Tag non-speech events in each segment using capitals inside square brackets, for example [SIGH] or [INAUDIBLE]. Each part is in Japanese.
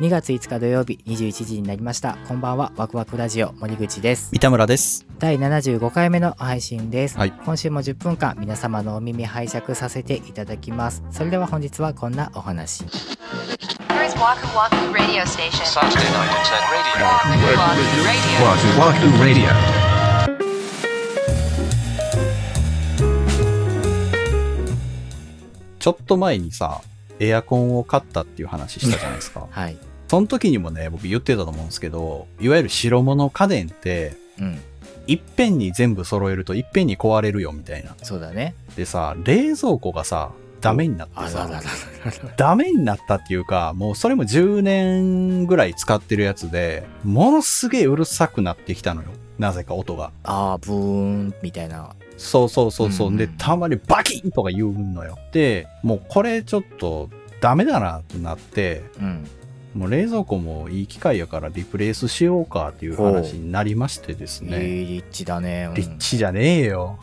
2月5日土曜日21時になりましたこんばんはワクワクラジオ森口です三田村です。第75回目の配信です、はい今週も10分間皆様のお耳拝借させていただきますそれでは本日はこんなお話。Here is Waku Waku Radio Station. Saturday night at radio. Waku Waku Radio. Wazoo Wazoo Radio. ちょっと前にさ、エアコンを買ったっていう話したじゃない [LAUGHS] ですかはいその時にもね、僕言ってたと思うんですけど、いわゆる白物家電って、うんいっぺんに全部揃えるといっぺんに壊れるよみたいな。そうだねでさ、冷蔵庫がさ、ダメになってららさ、ダメになったっていうか、もうそれも10年ぐらい使ってるやつで、ものすげえうるさくなってきたのよ。なぜか音が。あーブーンみたいなそうそうそうそう。うんうんで、たまにバキンとか言うのよ。で、もうこれちょっとダメだなってなって、うんもう冷蔵庫もいい機会やからリプレイスしようかっていう話になりましてですいいね。立地だね、うんリッチじゃねえ [LAUGHS] よ。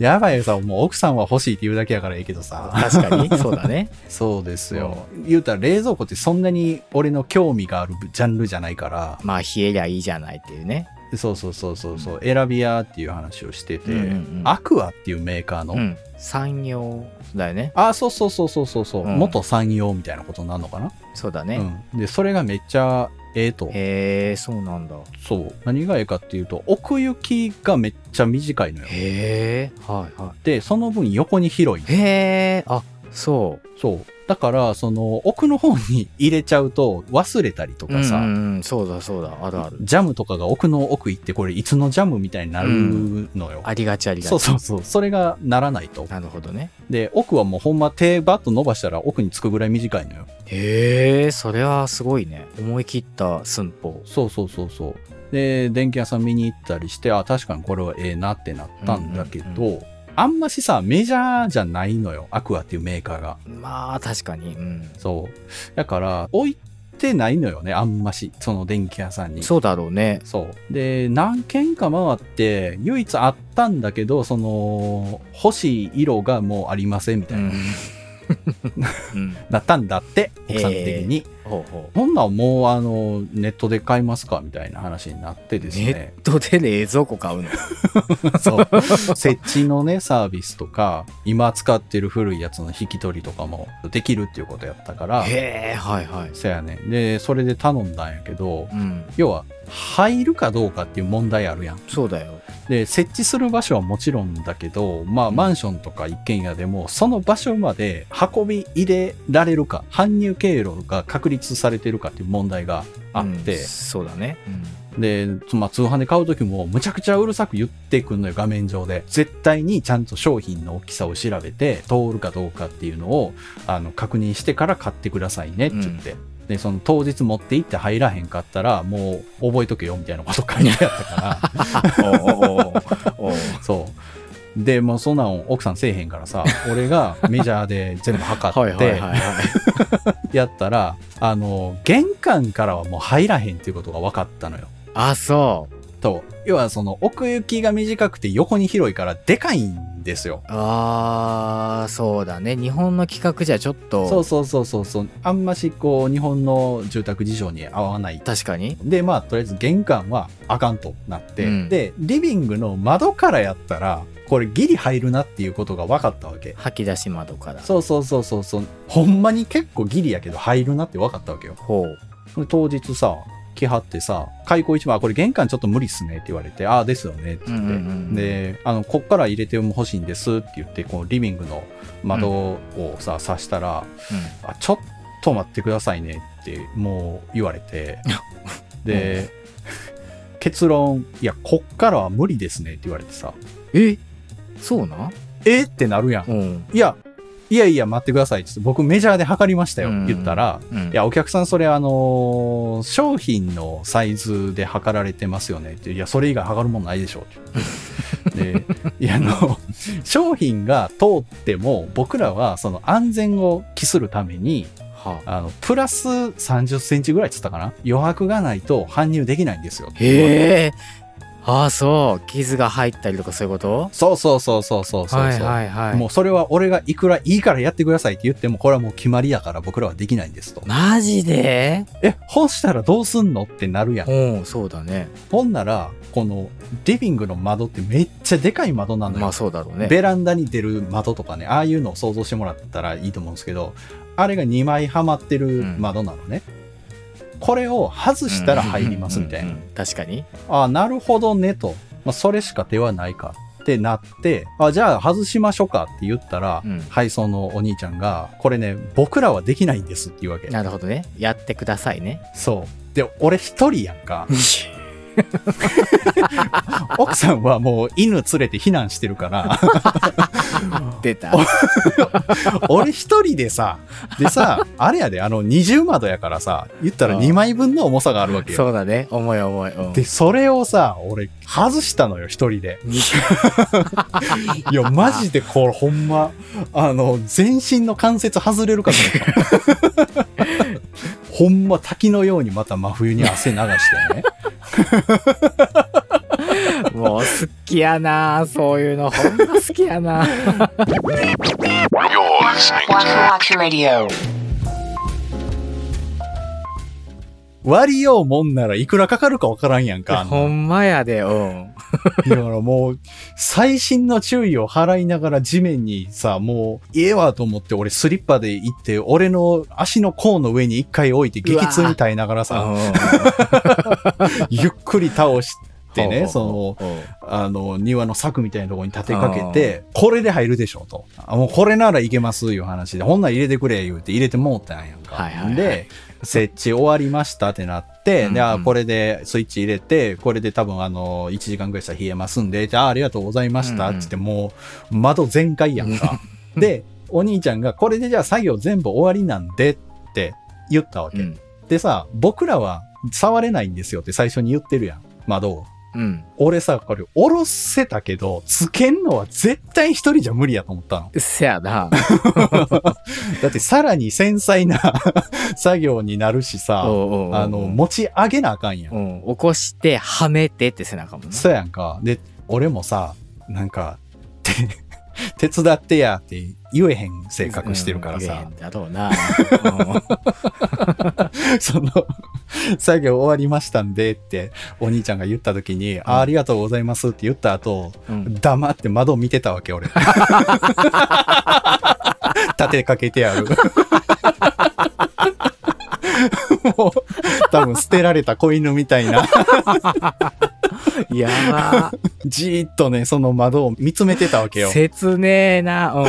やばいよさ、もう奥さんは欲しいって言うだけやからいいけどさ。確かにそうだね [LAUGHS] そうですよ。言うたら冷蔵庫ってそんなに俺の興味があるジャンルじゃないから、まあ冷えりゃいいじゃないっていうねそうそうそうそうそう、選び屋っていう話をしてて、うんうんうんアクアっていうメーカーの、うん産業だよねあ、そうそうそうそうそうそう、うん元産業みたいなことになるのかな、そうだね、うん。で、それがめっちゃええと。へえそうなんだそう。何がええかっていうと、奥行きがめっちゃ短いのよ。へえはいはで、その分横に広い。いへえあそうそう。だから、その奥の方に入れちゃうと忘れたりとかさ、うんうんうんそうだそうだあるあるジャムとかが奥の奥行って、これいつのジャムみたいになるのよ。ありがちありがちそうそうそう。それがならないと。なるほどねで、奥はもうほんま手バッと伸ばしたら奥につくぐらい短いのよ。へえそれはすごいね思い切った寸法そうそうそうそう。で、電気屋さん見に行ったりして、あ、確かにこれはええなってなったんだけど、うんあんましさ、メジャーじゃないのよ。アクアっていうメーカーが。まあ確かにうんそう。だから、置いてないのよね、あんまし。その電気屋さんに。そうだろうねそう。で、何軒か回って、唯一あったんだけど、その、欲しい色がもうありませんみたういな、ん、 [LAUGHS] うん、なったんだって、奥さん的に。ほうほうほんなんもう、あの、ネットで買いますかみたいな話になってですネね。ットで冷蔵庫買うのそう。 [LAUGHS] 設置のね、サービスとか、今使ってる古いやつの引き取りとかもできるっていうことやったから、へえはいはいそやねん。で、それで頼んだんやけどう、ん要は、入るかどうかっていう問題あるやん。そうだよで、設置する場所はもちろんだけど、まあ、マンションとか一軒家でも、その場所まで運び入れられるか、搬入経路が確立されてるかっていう問題があっうんて、そうだね、で、まあ、通販で買う時もむちゃくちゃうるさく言ってくんのよ画面上で絶対にちゃんと商品の大きさを調べて通るかどうかっていうのをあの確認してから買ってくださいねって言って、でその当日持って行って入らへんかったらもう覚えとけよみたいなこと書 [LAUGHS] いてあったかうん、おう [LAUGHS] おうおうおうらそうでもうそんなん奥さんせえへんからさ俺がメジャーで全部測 [LAUGHS] はいっはいはいてはいやったらあの玄関からはもう入らへんっていうことが分かったのよあそうと要はその奥行きが短くて横に広いからでかいんですよあーそうだね日本の企画じゃちょっとそうそうそうそうそうあんましこう日本の住宅事情に合わない確かにでまあとりあえず玄関はあかんとなって、うんでリビングの窓からやったらこれギリ入るなっていうことが分かったわけ吐き出し窓からそうそうそうそうそうほんまに結構ギリやけど入るなって分かったわけよほうで当日さ来はってさ開口一番あ「これ玄関ちょっと無理っすね」って言われて「ああですよね」って言って、うんうんうんであの「こっから入れても欲しいんです」って言ってこうリビングの窓をさ、さしたら「あちょっと待ってくださいね」ってもう言われ [LAUGHS] てで、結論「いやこっからは無理ですね」って言われてさうんえそうなん「えっ?」てなるやん。うんいやいやいや待ってくださいって言って僕メジャーで測りましたよ、うん言ったらうんいや、お客さん、それ、あのー商品のサイズで測られてますよねって、いや、それ以外測るものないでしょ [LAUGHS] って言って。で、いや、あの、商品が通っても、僕らは、その安全を期するために、はああの、プラス30センチぐらいっつったかな余白がないと搬入できないんですよ。へえああそう傷が入ったりとかそういうことそうそうそうそうそうそうそう、はいはいはいもうそれは俺がいくらいいからやってくださいって言ってもこれはもう決まりやから僕らはできないんですと。マジでえ、本したらどうすんのってなるやん。うんそうだねほんなら、このリビングの窓ってめっちゃでかい窓なのよ。まあそうだろうねベランダに出る窓とかね、ああいうのを想像してもらったらいいと思うんですけど、あれが2枚はまってる窓なのね。これを外したら入りますみたいな。うんうんうん確かにああ、なるほどねと。まあ、それしか手はないかってなって、あじゃあ外しましょうかって言ったら、うん配送のお兄ちゃんが、これね、僕らはできないんですっていうわけ。なるほどねやってくださいねそう。で、俺一人やんか。奥さんはもう犬連れて避難してるから、 [LAUGHS] 出た俺一人でさ、でさ、あれやで、あの二重窓やからさ、言ったら2枚分の重さがあるわけよ。そうだね重い重い、うん、で、それをさ、俺、外したのよ、一人で。[LAUGHS] いや、マジでこれ、ほんま、あの、全身の関節外れるかと [LAUGHS] 思った。ほんま、滝のようにまた真冬に汗流してね。もう好きやなそういうのほんま好きやな You're listening Waku to Waku Radio. 割りようもんならいくらかかるかわからんやんか。ほんまやでうん [LAUGHS] だからもう、最新の注意を払いながら地面にさ、もう、ええわと思って、俺スリッパで行って、俺の足の甲の上に一回置いて、うわ激痛みたいながらさ、 [LAUGHS] ゆっくり倒してね、その、のあの、庭の柵みたいなところに立てかけて、これで入るでしょうと。あもうこれならいけますいう話で、ほんなら入れてくれ言うて入れてもうたんやんか。はいはいはいで、設置終わりましたってなって、うんうんで、あこれでスイッチ入れて、これで多分あの、1時間ぐらいしたら冷えますんで、じゃあありがとうございました、うんうんつってもう、窓全開やん [LAUGHS] か。で、お兄ちゃんが、これでじゃあ作業全部終わりなんでって言ったわけ。うんでさ、僕らは触れないんですよって最初に言ってるやん、窓を。うん俺さ、これ、おろせたけど、つけんのは絶対一人じゃ無理やと思ったの。せやなだって、さらに繊細な [LAUGHS] 作業になるしさ、おうおうおうあの、持ち上げなあかんや。うんん起こしてはめてって背中もなそうやんか。で、俺もさ、なんか、て [LAUGHS] 手伝ってやって言えへん性格してるからうんさい、やだろう [LAUGHS] なその、作業終わりましたんでって、お兄ちゃんが言った時に、あありがとうございますって言った後、うん黙って窓見てたわ [LAUGHS] け、俺。立てかけてやる。 [LAUGHS] もう、多分捨てられた子犬みたいな、うんやばじーっとね、その窓を見つめてたわけよ。切ねえなうん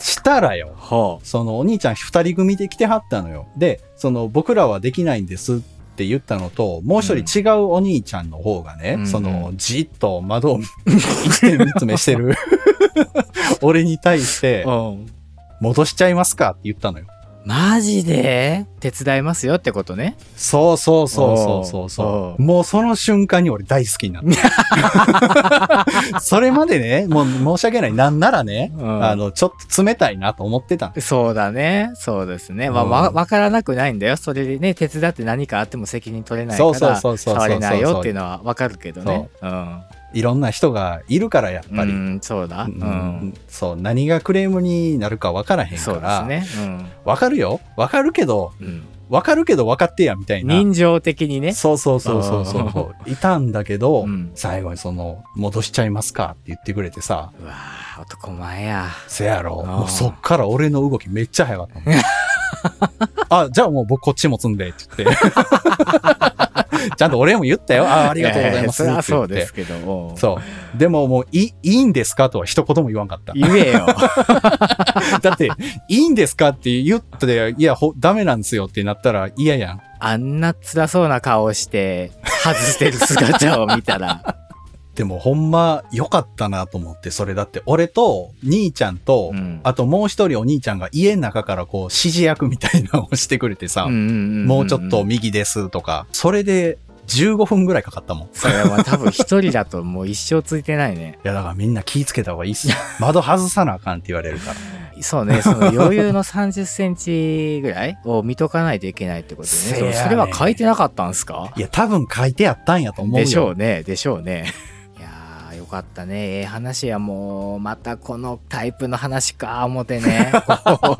したらよ。ほそのお兄ちゃん二人組で来てはったのよ。で、その僕らはできないんですって言ったのと、もう一人違うお兄ちゃんの方がね、うんそのじっと窓を [LAUGHS] 一点見つめし [LAUGHS] てる俺に対してう、うん戻しちゃいますかって言ったのよ。マジで手伝いますよってことねそうそうそうそうそうそおうおうう。もうその瞬間に俺大好きにな [LAUGHS] った。それまでね、もう申し訳ない。なんならね、うんあの、ちょっと冷たいなと思ってたのそうだね。そうですね。まあ、うんわ、わからなくないんだよ。それでね、手伝って何かあっても責任取れないかそうそうら、そうそうそうそう触れないよっていうのはわかるけどね。うん。いろんな人がいるからやっぱり。うん、そうだ。ううんん。そう何がクレームになるか分からへんかそうらわ、ですね。かるよ分かるけどうん。うん分かるけど分かってやみたいな人情的にね。そうそうそうそうそういたんだけど、うん最後にその「戻しちゃいますか」って言ってくれてさうわぁ、男前や。せやろあーもうそっから俺の動きめっちゃ早かったも [LAUGHS] んあじゃあもう僕こっちも積んでって言って [LAUGHS] ちゃんと俺も言ったよあーありがとうございますやってや言や [LAUGHS] そりゃそうでってすけど。うんそうでももういいいんですかとは一言も言わんかった言えよ。 [LAUGHS] [LAUGHS] だって、いいんですかって言ったで、いや、ほダメなんですよってなったら嫌やん。あんな辛そうな顔して、外してる姿を見た [LAUGHS] ら。でもほんま良かったなと思って、それだって俺と兄ちゃんと、うんあともう一人お兄ちゃんが家の中からこう指示役みたいなのをしてくれてさ、んんんんもうちょっと。右ですとか、それで15分ぐらいかかったもん。いそれは多分一人だともう一生ついてないね。 [LAUGHS] やだからみんな気ぃつけた方がいいっすよ。窓外さなあかんって言われるから。そうね、その余裕の30センチぐらいを見とかないといけないってことね。せそやねれそれは書いてなかったんすかいや、多分書いてあったんやと思うよ。でしょうね、でしょうね。 [LAUGHS] いやー、よかったね。ええ話やもう、またこのタイプの話か、思ってね。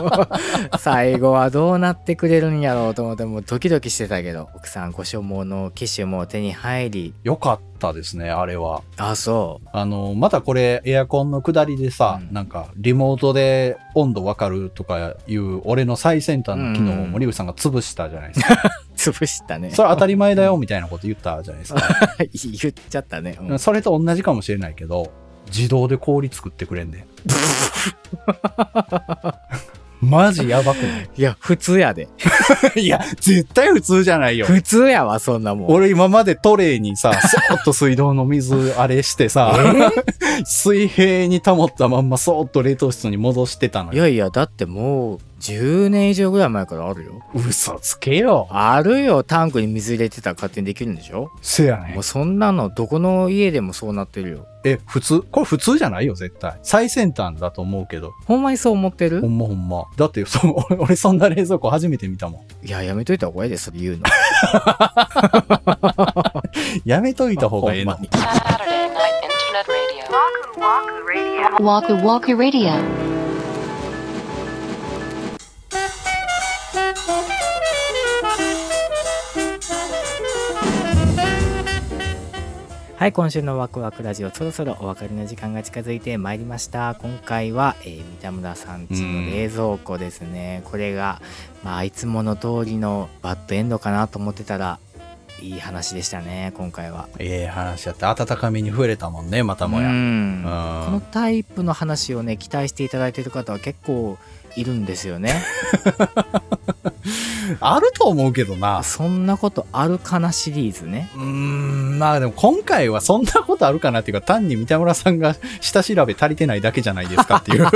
[LAUGHS] 最後はどうなってくれるんやろうと思って、もうドキドキしてたけど、奥さんご所望の機種も手に入り、よかったですね、あれは。あ、そあの、またこれ、エアコンの下りでさ、うんなんか、リモートで温度わかるとかいう、俺の最先端の機能をうん森口さんが潰したじゃないですか。う、潰したね。それ当たり前だよ、みたいなこと言ったじゃないですか。 [LAUGHS] 言っちゃったね。うんそれと同じかもしれないけど、自動で氷作ってくれん [LAUGHS] で。マジやばくないいや、普通やで。いや、絶対普通じゃないよ。普通やわ、そんなもん。俺今までトレイにさ、そーっと水道の水あれして [LAUGHS] さ、水平に保ったまんまそーっと冷凍室に戻してたのいよ。やいや、だってもう10年以上ぐらい前からあるよ。嘘つけよ。あるよ、タンクに水入れてたら勝手にできるんでしょせやねもう。そんなのどこの家でもそうなってるよ。え、普通これ普通じゃないよ、絶対。最先端だと思うけど。ほんまにそう思ってほるんまほんま。だって、そう俺俺そんな冷蔵庫初めて見たもん。いや、やめといた方がいいです、それ言うの。やめといた方がええなほんま。に Saturday Night Internet Radio. Waku Waku Radio. [LAUGHS] はい、今週のワクワクラジオ、そろそろお別れの時間が近づいてまいりました。今回は、えー三田村さんちの冷蔵庫ですね。これが、まあ、いつもの通りのバッドエンドかなと思ってたら、いい話でしたね、今回は。ええ話やって、温かみに増えれたもんね、またもや。ううんんこのあタイプの話をね期待していただいてる方は結構いるんです [LAUGHS] よねると思うけどな。そんなことあるかなシリーズねうーん、まあでも今回はそんなことあるかなっていうか、単に三田村さんが下調べ足りてないだけじゃないですかって [LAUGHS] いう。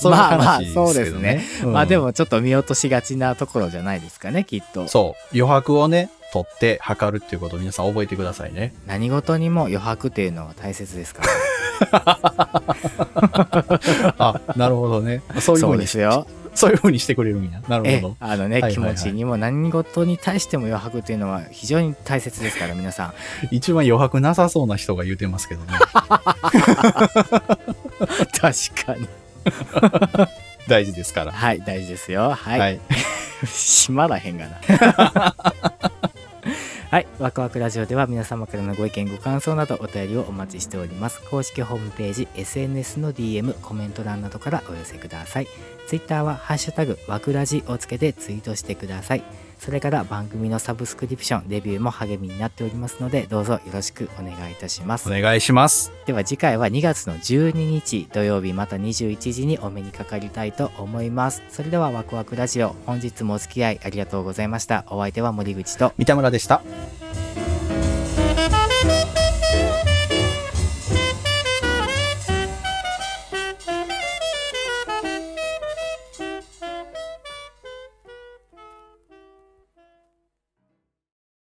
そんな話ですけまどね。あまあそうですねうんまあでもちょっと見落としがちなところじゃないですかねきっとそう。余白をね、取って測るっていうことを皆さん覚えてくださいね。何事にも余白っていうのは大切です [LAUGHS] からあ、なるほどね。そうい [LAUGHS] うふそううにですよそういうふうにしてくれるんや。なるえほど。あのはいねはい気持ちにも何事に対しても余白っていうのは非常に大切ですから皆 [LAUGHS] さん一番余白なさそうな人が言うてますけどね。 [LAUGHS] 確かに大事ですから。はい大事ですよはい、はい。閉まらへんがな。はい、ワクワクラジオでは皆様からのご意見ご感想などお便りをお待ちしております公式ホームページ SNS の DM コメント欄などからお寄せください Twitter は「ハッシュタグワクラジ」をつけてツイートしてくださいそれから番組のサブスクリプションレビューも励みになっておりますのでどうぞよろしくお願いいたしますお願いします。では次回は2月の12日土曜日また21時にお目にかかりたいと思いますそれではワクワクラジオ本日もお付き合いありがとうございましたお相手は森口と三田村でした。